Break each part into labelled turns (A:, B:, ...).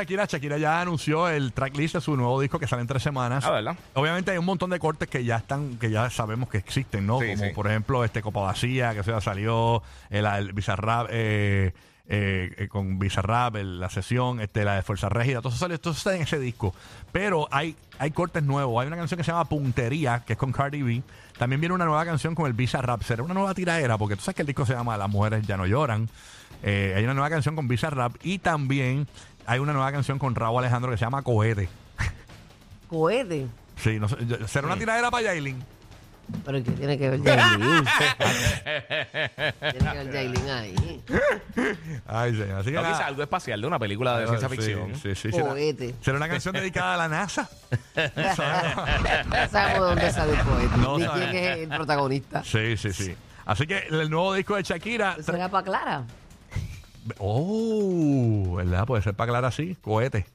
A: Shakira, Shakira ya anunció el tracklist de su nuevo disco que sale en tres semanas.
B: Ah, ¿verdad?
A: Obviamente hay un montón de cortes que ya están, que ya sabemos que existen, ¿no?
B: Sí,
A: Como
B: sí.
A: por ejemplo este Copa Vacía, que se ya salió, el, el Bizarrap, eh, eh, eh, con Bizarrap, el- la sesión, este, la de Fuerza Régida, todo eso salió, todo eso está en ese disco. Pero hay, hay cortes nuevos. Hay una canción que se llama Puntería, que es con Cardi B. También viene una nueva canción con el Bizarrap. Será una nueva tiradera, porque tú sabes que el disco se llama Las mujeres ya no lloran. Eh, hay una nueva canción con Bizarrap y también hay una nueva canción con Raúl Alejandro que se llama Cohete.
C: Cohete.
A: Sí, no sé, yo- será una tiradera para Yailin.
C: Pero ¿qué tiene que ver Jailin? tiene que ver Jailin ahí.
A: Ay, señor. Así que
B: No,
A: nada.
B: quizá algo espacial de una película de
A: Ah,
B: ciencia
A: sí,
B: ficción.
A: sí, sí, será-
C: Cohete.
A: ¿Será una canción dedicada a la NASA?
C: No sabemos dónde sale el cohete.
A: No
C: ni
A: sabemos.
C: quién es el protagonista.
A: Sí, sí, sí. Así que el nuevo disco de Shakira.
C: ¿Eso era para Clara?
A: Oh, ¿verdad? Puede ser para aclarar así, cohete.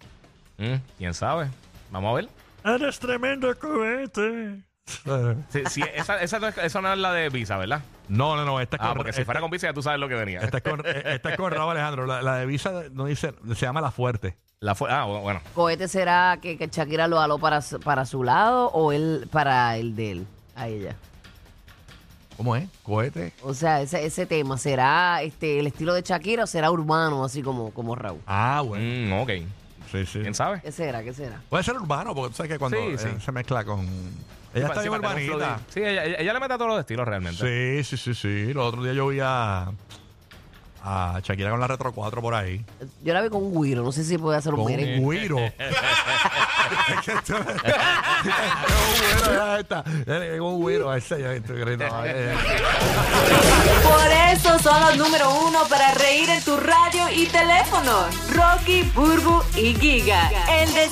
B: Mm, ¿Quién sabe? Vamos a ver.
A: Eres tremendo cohete.
B: Sí, sí, esa, esa no es, esa no es la de Visa, ¿verdad?
A: No, no, no. Esta es
B: Ah,
A: con-
B: porque si
A: esta-
B: fuera con Visa ya tú sabes lo que venía.
A: esta es con, eh, esta es con Raúl Alejandro. La, la de Visa no dice, se llama La Fuerte.
B: La fu- ah, bueno, bueno.
C: ¿Cohete será que, que Shakira lo aló para, su- para su lado o él para el de él? A ella.
A: ¿Cómo es? Cohete.
C: O sea, ese, ese tema, ¿será este el estilo de Shakira o será urbano, así como, como Raúl?
A: Ah, bueno.
B: Mm, ok.
A: Sí, sí.
B: ¿Quién sabe?
C: ¿Qué será? ¿Qué será?
A: Puede ser urbano, porque tú sabes que cuando
B: Sí, sí.
A: eh, se mezcla con. Ella está
B: Sí,
A: bien
B: para tener un flow
A: urbanita.
B: de- Sí, ella, ella- ella le mete a todos los estilos realmente.
A: Sí, sí, sí, sí. Los otros días yo vi a, a Shakira con la Retro 4 por ahí.
C: Yo la vi con un guiro, no sé si puede hacer un
A: Con un
C: merengue.
A: guiro. Es que esto- es un guiro, ya está. Es un guiro. Ese ya esto, que no, eh,
D: Por eso son los número uno para reír en tu radio y teléfono. Rocky, Burbu y Giga. El de